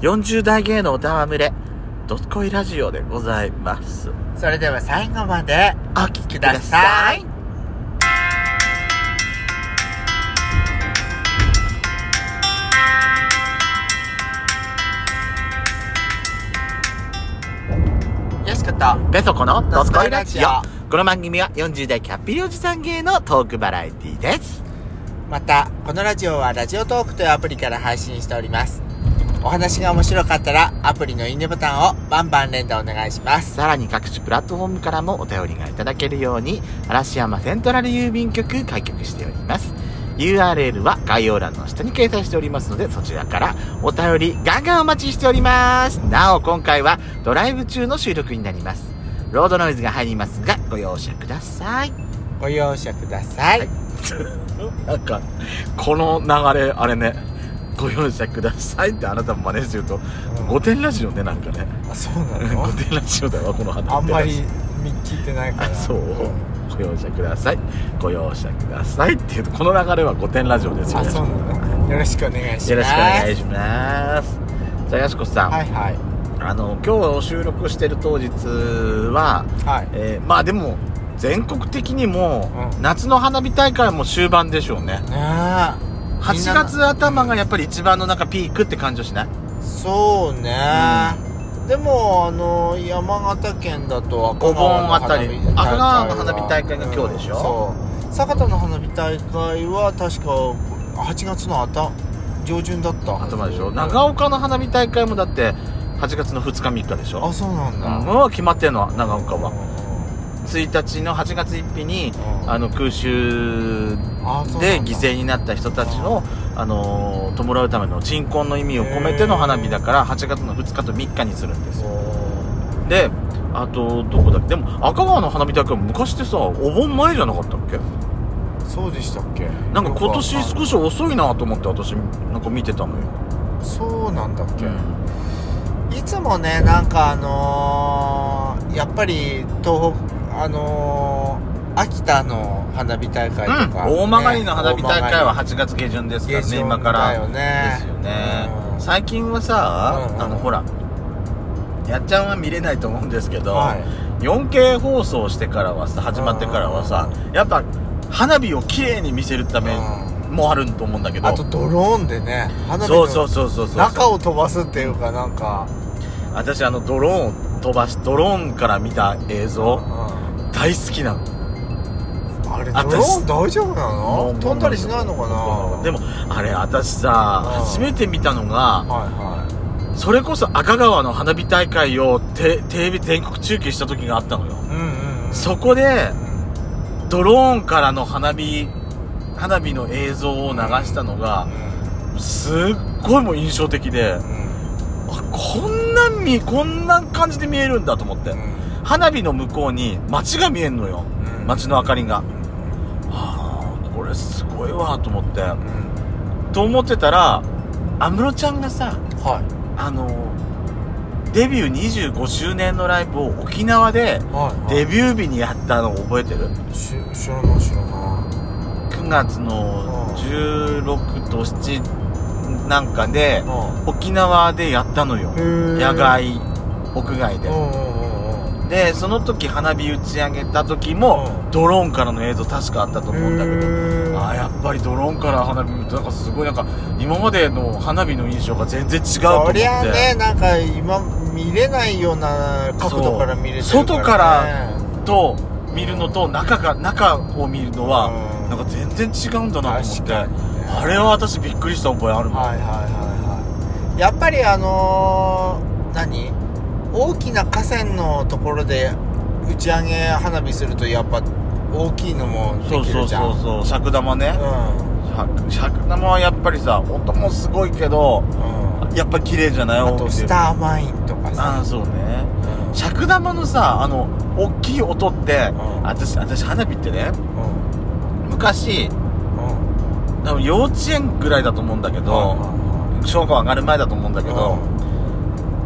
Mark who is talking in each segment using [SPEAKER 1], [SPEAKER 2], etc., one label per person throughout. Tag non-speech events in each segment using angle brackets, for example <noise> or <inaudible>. [SPEAKER 1] 40代芸能戯れ、どすこいラジオでございます。
[SPEAKER 2] それでは最後まで
[SPEAKER 1] お聞き
[SPEAKER 2] ください。よしこと
[SPEAKER 1] ベソコのどすこいラジ
[SPEAKER 2] どすこいラ
[SPEAKER 1] オ。この番組は40代キャッピリおじさん芸のトークバラエティです。
[SPEAKER 2] またこのラジオはラジオトークというアプリから配信しておりますお話が面白かったらアプリのいいねボタンをバンバン連打お願いします
[SPEAKER 1] さらに各種プラットフォームからもお便りがいただけるように、嵐山セントラル郵便局開局しております。URL は概要欄の下に掲載しておりますので、そちらからお便りガンガンお待ちしております。なお、今回はドライブ中の収録になります。ロードノイズが入りますが、ご容赦ください。
[SPEAKER 2] ご容赦ください、
[SPEAKER 1] はいなんか、この流れ、あれね、ご容赦くださいってあなたも真似してると、御殿ラジオね、なんかね。
[SPEAKER 2] あそうな
[SPEAKER 1] 御
[SPEAKER 2] の
[SPEAKER 1] 殿ラジオだわ、この話。
[SPEAKER 2] あんまり聞いてないか
[SPEAKER 1] あ
[SPEAKER 2] ら
[SPEAKER 1] <laughs> そう、
[SPEAKER 2] ん
[SPEAKER 1] ご容赦くださいご容赦くださいっていうとこの流れは御殿ラジオですよ
[SPEAKER 2] あ
[SPEAKER 1] ね
[SPEAKER 2] そうなのよろしくお願いします
[SPEAKER 1] よろしくお願い
[SPEAKER 2] ま
[SPEAKER 1] しますじゃあやしこさん、
[SPEAKER 2] はいはい
[SPEAKER 1] あの今日収録してる当日は、
[SPEAKER 2] はい
[SPEAKER 1] えーまあでも全国的にも、
[SPEAKER 2] うん
[SPEAKER 1] 夏の花火大会も終盤でしょうね
[SPEAKER 2] ねえみん
[SPEAKER 1] 8
[SPEAKER 2] な
[SPEAKER 1] 月頭がやっぱり一番のなんかピークって感じはしない
[SPEAKER 2] そうね、でもあの山形県だとは
[SPEAKER 1] お盆あたり
[SPEAKER 2] 香川の
[SPEAKER 1] あ香川の花火大会が今日でしょ、
[SPEAKER 2] うんそう酒田の花火大会は確か8月の頭上旬だった
[SPEAKER 1] 頭でしょ長岡の花火大会もだって8月の2日3日でし
[SPEAKER 2] あ
[SPEAKER 1] ょ
[SPEAKER 2] そうなんだ、
[SPEAKER 1] もう決まってんの長岡は
[SPEAKER 2] う
[SPEAKER 1] 1日の8月1日に
[SPEAKER 2] ん
[SPEAKER 1] あの空襲
[SPEAKER 2] あそうな
[SPEAKER 1] で
[SPEAKER 2] んだ
[SPEAKER 1] 犠牲になった人たちの、あのー弔うための鎮魂の意味を込めての花火だから8月の2日と3日にするんですよであとどこだっけでも赤川の花火大会も昔ってさお盆前じゃなかったっけ
[SPEAKER 2] そうでしたっけ
[SPEAKER 1] なんか今年
[SPEAKER 2] よくわ
[SPEAKER 1] 少し遅いなと思って私なんか見てたのよ、
[SPEAKER 2] かんないそうなんだっけ、いつもねなんかあのーやっぱり東北あのー秋田の花火大会とかね、
[SPEAKER 1] うん、大曲りの花火大会は
[SPEAKER 2] 大
[SPEAKER 1] 8月下旬です
[SPEAKER 2] 曲
[SPEAKER 1] か
[SPEAKER 2] り
[SPEAKER 1] らね今から
[SPEAKER 2] 下旬だよね
[SPEAKER 1] ですよね、
[SPEAKER 2] うん
[SPEAKER 1] 最近はさ、
[SPEAKER 2] うんうん
[SPEAKER 1] あのほらやっちゃんは見れないと思うんですけど、
[SPEAKER 2] はい、
[SPEAKER 1] 4K 放送してからはさ始まってからはさ、やっぱ花火を綺麗に見せるためもあると思うんだけど、
[SPEAKER 2] あとドローンでね花火
[SPEAKER 1] そうそう
[SPEAKER 2] の
[SPEAKER 1] そうそうそう
[SPEAKER 2] 中を飛ばすっていうかなんか
[SPEAKER 1] 私あのドローンを飛ばしドローンから見た映像
[SPEAKER 2] うん
[SPEAKER 1] 大好きなの
[SPEAKER 2] あれド
[SPEAKER 1] あ
[SPEAKER 2] ローン大丈夫な
[SPEAKER 1] も
[SPEAKER 2] の
[SPEAKER 1] う
[SPEAKER 2] 飛んだりしないのかな
[SPEAKER 1] でもあれ私さ
[SPEAKER 2] うん
[SPEAKER 1] 初めて見たのが
[SPEAKER 2] はい
[SPEAKER 1] それこそ赤川の花火大会をてテレビ全国中継した時があったのよ
[SPEAKER 2] はいうんうん、うん、
[SPEAKER 1] そこで
[SPEAKER 2] うん
[SPEAKER 1] ドローンからの花火花火の映像を流したのがすっごいもう印象的で
[SPEAKER 2] うんうん
[SPEAKER 1] あこんなん見こんな感じで見えるんだと思って花火の向こうに街が見えんのよ
[SPEAKER 2] うん
[SPEAKER 1] 街の明かりが
[SPEAKER 2] うん
[SPEAKER 1] ああこれすごいわと思って
[SPEAKER 2] うん
[SPEAKER 1] と思ってたら安室ちゃんがさ
[SPEAKER 2] はい
[SPEAKER 1] あのデビュー25周年のライブを沖縄で
[SPEAKER 2] はいはい
[SPEAKER 1] デビュー日にやったのを覚えてる
[SPEAKER 2] し知らない知らな
[SPEAKER 1] ?9 月の16と7なんかで
[SPEAKER 2] いうん
[SPEAKER 1] 沖縄でやったのよ
[SPEAKER 2] へー
[SPEAKER 1] 野外屋外で
[SPEAKER 2] うんうんうんうん
[SPEAKER 1] でその時花火打ち上げた時も
[SPEAKER 2] うん
[SPEAKER 1] ドローンからの映像確かあったと思うんだけど
[SPEAKER 2] へー
[SPEAKER 1] あーやっぱりドローンから花火見るとなんかすごいなんか今までの花火の印象が全然違うと思って
[SPEAKER 2] そりゃねなんか今見れないような角度から見れてるから、ね、
[SPEAKER 1] そう外からと見るのと中が中を見るのはなんか全然違うんだなと思
[SPEAKER 2] 確
[SPEAKER 1] って
[SPEAKER 2] かにね
[SPEAKER 1] あれは私びっくりした覚えあるもん、
[SPEAKER 2] はいはいはいはいやっぱりあのー何大きな河川のところで打ち上げ花火するとやっぱ大きいのもで
[SPEAKER 1] そう
[SPEAKER 2] き
[SPEAKER 1] そ
[SPEAKER 2] る
[SPEAKER 1] う
[SPEAKER 2] じゃん
[SPEAKER 1] そうそう尺玉ね尺尺玉はやっぱりさ音もすごいけど
[SPEAKER 2] うん、うん、
[SPEAKER 1] やっぱ綺麗じゃない
[SPEAKER 2] あとスターマインとかさ
[SPEAKER 1] ああーそうね
[SPEAKER 2] うん
[SPEAKER 1] 尺玉のさあの大きい音って、
[SPEAKER 2] うん
[SPEAKER 1] 私私花火ってね
[SPEAKER 2] うん
[SPEAKER 1] 昔
[SPEAKER 2] うん
[SPEAKER 1] 多分幼稚園ぐらいだと思うんだけど、小学校上がる前だと思うんだけど、
[SPEAKER 2] うん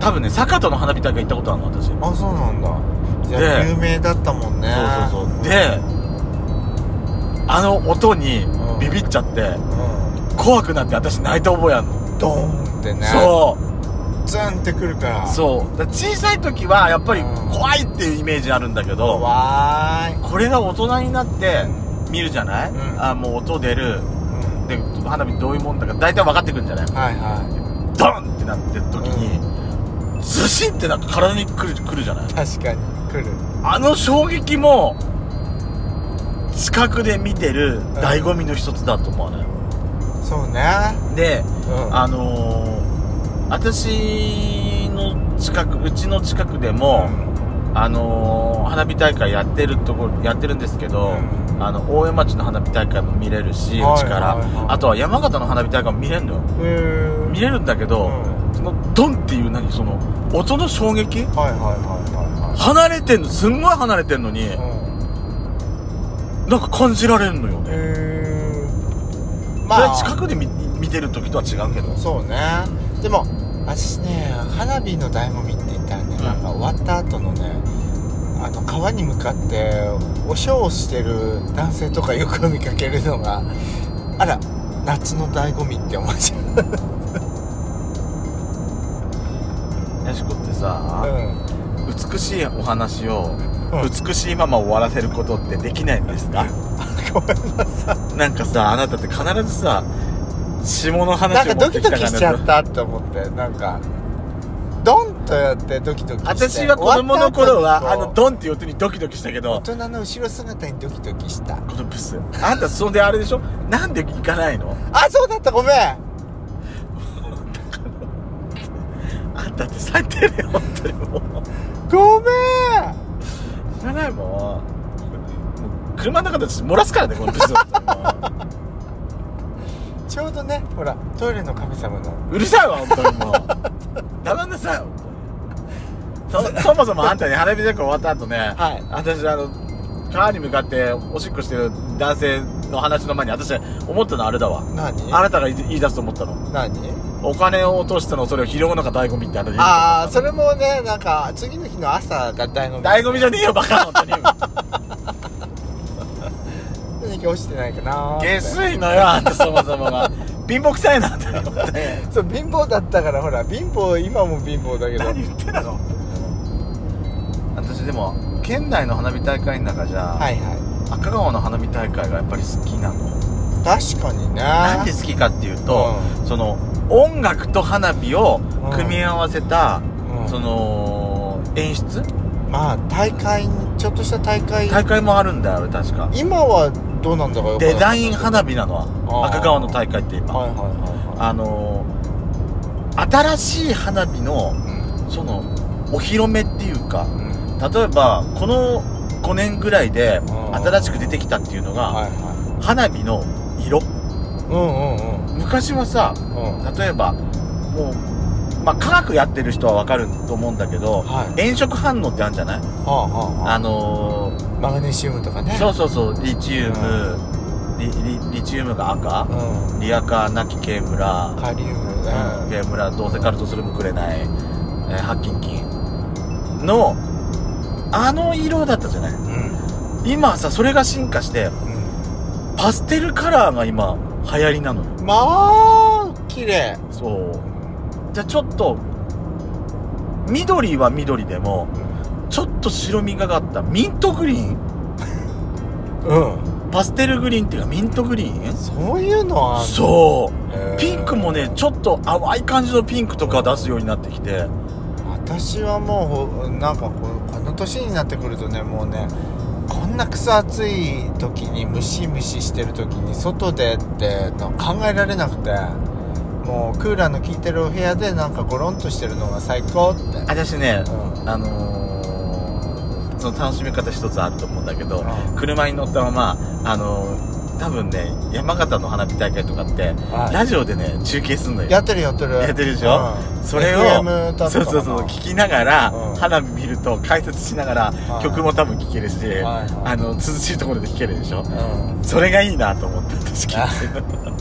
[SPEAKER 1] 多分ね坂都の花火大会行ったことあるの私
[SPEAKER 2] あそうなんだじゃあ
[SPEAKER 1] で
[SPEAKER 2] 有名だったもんね
[SPEAKER 1] そうそうそうであの音に
[SPEAKER 2] うん
[SPEAKER 1] ビビっちゃって
[SPEAKER 2] う
[SPEAKER 1] 怖くなって私泣いた覚えあんの、
[SPEAKER 2] んドーンってね
[SPEAKER 1] そ
[SPEAKER 2] ツンってくるからう
[SPEAKER 1] そうだから小さい時はやっぱり
[SPEAKER 2] うん
[SPEAKER 1] 怖いっていうイメージあるんだけど
[SPEAKER 2] わーい
[SPEAKER 1] これが大人になって見るじゃない、
[SPEAKER 2] うん
[SPEAKER 1] あもう音出る
[SPEAKER 2] うん
[SPEAKER 1] で花火どういうもんだか大体分かってくるんじゃない
[SPEAKER 2] はいは
[SPEAKER 1] ドンってなってる時に、ズシンってなんか体にくるくるじゃない
[SPEAKER 2] い確かに来る
[SPEAKER 1] あの衝撃も近くで見てる醍醐味の一つだと思うね、
[SPEAKER 2] そうね
[SPEAKER 1] で
[SPEAKER 2] うん
[SPEAKER 1] あのー、私の近くうちの近くでも、あのー、花火大会やってるところやってるんですけど、
[SPEAKER 2] う
[SPEAKER 1] あの大江町の花火大会も見れるし、
[SPEAKER 2] はいう
[SPEAKER 1] ちから、
[SPEAKER 2] はいはい
[SPEAKER 1] あとは山形の花火大会も見れるのよ
[SPEAKER 2] うんへー
[SPEAKER 1] 見れるんだけど、
[SPEAKER 2] うん
[SPEAKER 1] そのドンっていう何その音の衝撃
[SPEAKER 2] はいはいは
[SPEAKER 1] 離れてんのすんごい離れてんのに
[SPEAKER 2] いはいはいうん
[SPEAKER 1] なんか感じられんのよね、
[SPEAKER 2] へー
[SPEAKER 1] それは近くで見見てる時とは違うけど
[SPEAKER 2] そうねでも私ね花火の醍醐味って言ったらね、
[SPEAKER 1] うん
[SPEAKER 2] なんか終わった後のねあの川に向かっておショーをしてる男性とかよく見かけるのがあら夏の醍醐味って思っちゃう
[SPEAKER 1] やしこってさ、美しいお話を
[SPEAKER 2] うんうん
[SPEAKER 1] 美しいまま終わらせることってできないんですか、
[SPEAKER 2] ごめんなさい
[SPEAKER 1] なんかさあなたって必ずさ下の
[SPEAKER 2] なん
[SPEAKER 1] 話
[SPEAKER 2] か
[SPEAKER 1] を持
[SPEAKER 2] ド
[SPEAKER 1] って
[SPEAKER 2] キ
[SPEAKER 1] きた
[SPEAKER 2] ド
[SPEAKER 1] から
[SPEAKER 2] キしちゃったって思ってなんかドンとやってドキドキして
[SPEAKER 1] 私は子供の頃はあ
[SPEAKER 2] 終わ
[SPEAKER 1] の
[SPEAKER 2] った
[SPEAKER 1] ド
[SPEAKER 2] 後にこ
[SPEAKER 1] ンっていう音にドキドキしたけど
[SPEAKER 2] う大人の後ろ姿にドキドキした
[SPEAKER 1] このブスあんたそんであれでしょなんで行かないの
[SPEAKER 2] あそうだったごめん
[SPEAKER 1] あんたって最低だよ本当にもう
[SPEAKER 2] ごめん
[SPEAKER 1] 知らないもんもう車の中で私漏らすからねこのブ <laughs> スを
[SPEAKER 2] ちょうどねほらトイレの神様の
[SPEAKER 1] うるさいわ本当にもう黙んなさい本当にそそもそもあんたに花火大会終わった後ね、
[SPEAKER 2] はい
[SPEAKER 1] 私あの川に向かっておしっこしてる男性の話の前に私思ったのあれだわ
[SPEAKER 2] 何
[SPEAKER 1] あなたが言い言い出すと思ったの
[SPEAKER 2] 何
[SPEAKER 1] お金を落としたのをそれを拾うのが醍醐味ってあれで
[SPEAKER 2] ああそれもねなんか次の日の朝が醍醐味
[SPEAKER 1] 醍醐味じゃねえよバカ <laughs> 本当に
[SPEAKER 2] 何か落ちてないかなーっ
[SPEAKER 1] 下
[SPEAKER 2] て
[SPEAKER 1] 水のよあんたそもそもが貧乏くさいなって思って
[SPEAKER 2] そう貧乏だったからほら貧乏今も貧乏だけど
[SPEAKER 1] 何言ってんだろ私でも県内の花火大会の中じゃ、
[SPEAKER 2] はいは
[SPEAKER 1] 赤川の花火大会がやっぱり好きなの
[SPEAKER 2] い確かにね
[SPEAKER 1] なんで好きかっていうと、その音楽と花火を組み合わせた、
[SPEAKER 2] うんうん
[SPEAKER 1] その演出
[SPEAKER 2] まあ大会ちょっとした大会
[SPEAKER 1] 大会もあるんだよあれ確か
[SPEAKER 2] 今はどうなんだかよく
[SPEAKER 1] デ
[SPEAKER 2] わかんな
[SPEAKER 1] ザ
[SPEAKER 2] い
[SPEAKER 1] イン花火なのは
[SPEAKER 2] あー
[SPEAKER 1] 赤川の大会って今
[SPEAKER 2] はいはいは
[SPEAKER 1] あのー新しい花火の
[SPEAKER 2] いはい
[SPEAKER 1] そのお披露目っていうか
[SPEAKER 2] うんうん
[SPEAKER 1] 例えばこの5年ぐらいで
[SPEAKER 2] ー
[SPEAKER 1] 新しく出てきたっていうの
[SPEAKER 2] は
[SPEAKER 1] が
[SPEAKER 2] いは
[SPEAKER 1] 花火の色
[SPEAKER 2] いうん
[SPEAKER 1] 昔はさ
[SPEAKER 2] うんうんうん
[SPEAKER 1] 例えばもうまあ科学やってる人はわかると思うんだけど
[SPEAKER 2] はい
[SPEAKER 1] 炎色反応ってあるんじゃない
[SPEAKER 2] はあはあはあ
[SPEAKER 1] あのー
[SPEAKER 2] マグネシウムとかね
[SPEAKER 1] そうそうそうリチウム
[SPEAKER 2] う
[SPEAKER 1] リリリチウムが赤
[SPEAKER 2] うん
[SPEAKER 1] リアカーなきケームラ
[SPEAKER 2] カリウムね、
[SPEAKER 1] ゲームラどうせカルトするもくれない、えー、ハッキンキンのあの色だったじゃない
[SPEAKER 2] うん
[SPEAKER 1] 今さそれが進化してパステルカラーが今流行りなのよ
[SPEAKER 2] まあ綺麗
[SPEAKER 1] そうじゃあちょっと緑は緑でもちょっと白みがかったミントグリーン
[SPEAKER 2] うん
[SPEAKER 1] パステルグリーンっていうかミントグリーン
[SPEAKER 2] そういうのは
[SPEAKER 1] そう
[SPEAKER 2] へー
[SPEAKER 1] ピンクもねちょっと淡い感じのピンクとか出すようになってきて
[SPEAKER 2] 私はもうほなんかこうこの年になってくるとねもうねこんなくそ暑い時にムシムシしてる時に外でっての考えられなくてもうクーラーの効いてるお部屋でなんかゴロンとしてるのが最高って
[SPEAKER 1] 私ね
[SPEAKER 2] うん
[SPEAKER 1] あのー、その楽しみ方一つあると思うんだけど、
[SPEAKER 2] うん
[SPEAKER 1] 車に乗ったまま、あのー、多分ね、山形の花火大会とかって、
[SPEAKER 2] はい
[SPEAKER 1] ラジオでね、中継すんのよ。
[SPEAKER 2] やってるやってる
[SPEAKER 1] やってるでしょ
[SPEAKER 2] うん
[SPEAKER 1] それを
[SPEAKER 2] FM だった
[SPEAKER 1] そ
[SPEAKER 2] か
[SPEAKER 1] う
[SPEAKER 2] な
[SPEAKER 1] そうそう、聞きながら、
[SPEAKER 2] うん
[SPEAKER 1] 花火見ると解説しながら、
[SPEAKER 2] はい
[SPEAKER 1] 曲も多分聴けるし、
[SPEAKER 2] はい
[SPEAKER 1] あの、涼しいところで聴けるでしょ
[SPEAKER 2] うん
[SPEAKER 1] それがいいなと思って、私聞いてる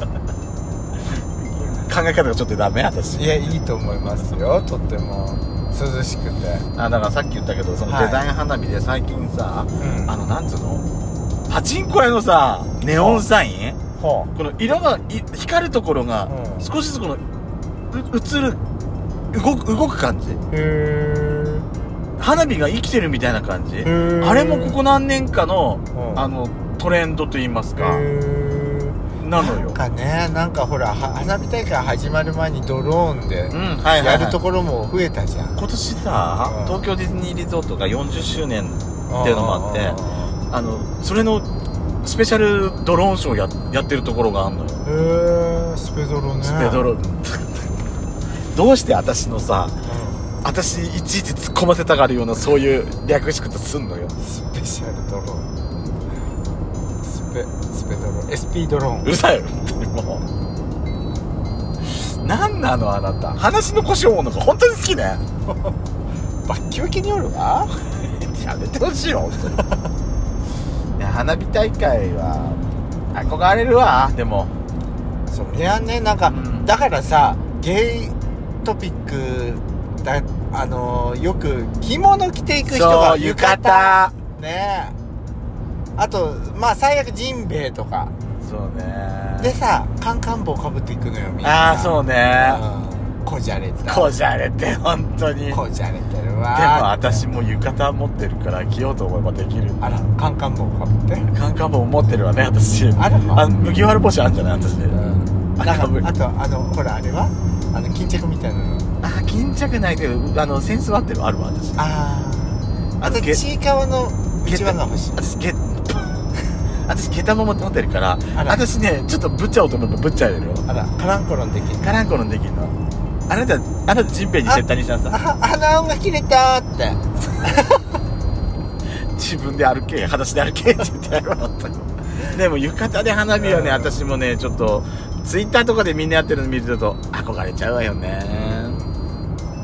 [SPEAKER 1] 考え方がちょっとダメ私。
[SPEAKER 2] いやいいと思いますよとっても涼しくて、
[SPEAKER 1] あ、だからさっき言ったけど、その
[SPEAKER 2] はい
[SPEAKER 1] デザイン花火で最近さ、
[SPEAKER 2] うん
[SPEAKER 1] あの、なんつうのパチンコ屋のさ、ネオンサイン
[SPEAKER 2] ほ
[SPEAKER 1] この色が、い光るところが
[SPEAKER 2] う、ん
[SPEAKER 1] 少しずつこの、う映る動く動く感じ
[SPEAKER 2] へ
[SPEAKER 1] 花火が生きてるみたいな感じ
[SPEAKER 2] えー
[SPEAKER 1] あれもここ何年かの
[SPEAKER 2] うん
[SPEAKER 1] あのトレンドといいますか
[SPEAKER 2] へ
[SPEAKER 1] なのよ
[SPEAKER 2] なんかねなんかほらは花火大会始まる前にドローンで
[SPEAKER 1] うんはいはい、はい、
[SPEAKER 2] やるところも増えたじゃん、
[SPEAKER 1] 今年さ、
[SPEAKER 2] うん
[SPEAKER 1] 東京ディズニーリゾートが40周年っていうのもあってあのそれのスペシャルドローンショーややってるところがあんのよ
[SPEAKER 2] へえスペドロね
[SPEAKER 1] スペド
[SPEAKER 2] ロ、
[SPEAKER 1] ロ <laughs> どうして私のさ私いちいち突っ込ませたがるようなそういう略し方すんのよ
[SPEAKER 2] うんスペシャルドローンスペスペドローン SP ドローン
[SPEAKER 1] うるさいよ本当にもう何なのあなた話の腰を折るのが本当に好きね
[SPEAKER 2] バッキバキにおるわ
[SPEAKER 1] や <laughs> めてほしいよ本当に <laughs> いや花火大会は憧れるわでも
[SPEAKER 2] そりゃねなんか、
[SPEAKER 1] うん
[SPEAKER 2] だからさゲイトピックだあのーよく着物着ていく
[SPEAKER 1] そ
[SPEAKER 2] 人が
[SPEAKER 1] う浴衣
[SPEAKER 2] ねえあとまあ最悪ジンベエとか
[SPEAKER 1] そう
[SPEAKER 2] で
[SPEAKER 1] ね
[SPEAKER 2] さカンカン帽かぶっていくのよみん
[SPEAKER 1] あ
[SPEAKER 2] な
[SPEAKER 1] あそうね
[SPEAKER 2] うんこじゃれた
[SPEAKER 1] こじゃれて本当にでも
[SPEAKER 2] こじゃれてるわ
[SPEAKER 1] 私も浴衣持ってるから着ようと思えばできる
[SPEAKER 2] あらカンカン帽かぶって
[SPEAKER 1] カンカン帽持ってるわね私
[SPEAKER 2] あらま
[SPEAKER 1] あ麦わら帽子あるんじゃない私あ
[SPEAKER 2] なん
[SPEAKER 1] かぶ
[SPEAKER 2] かあとあのほらあれはあの巾着みたいなの
[SPEAKER 1] あ巾着ないけどあのセンスはってるのあるわ私
[SPEAKER 2] あああと
[SPEAKER 1] あげ
[SPEAKER 2] ちいかわのうちわが欲しい
[SPEAKER 1] 私ゲ <laughs> 私下駄も持ってるから
[SPEAKER 2] あら
[SPEAKER 1] 私ねちょっとぶっちゃおうと思えばぶっちゃえるよ
[SPEAKER 2] あらカランコロンできる
[SPEAKER 1] カランコロンできんのあなたあなたジンベエにセッタにしなさい
[SPEAKER 2] あ鼻音が切れたーって
[SPEAKER 1] 自分で歩けや裸足で歩けって言ってやろう本当にでも浴衣で花火はね
[SPEAKER 2] うん
[SPEAKER 1] 私もねちょっとツイッターとかでみんなやってるの見ると憧れちゃうわよね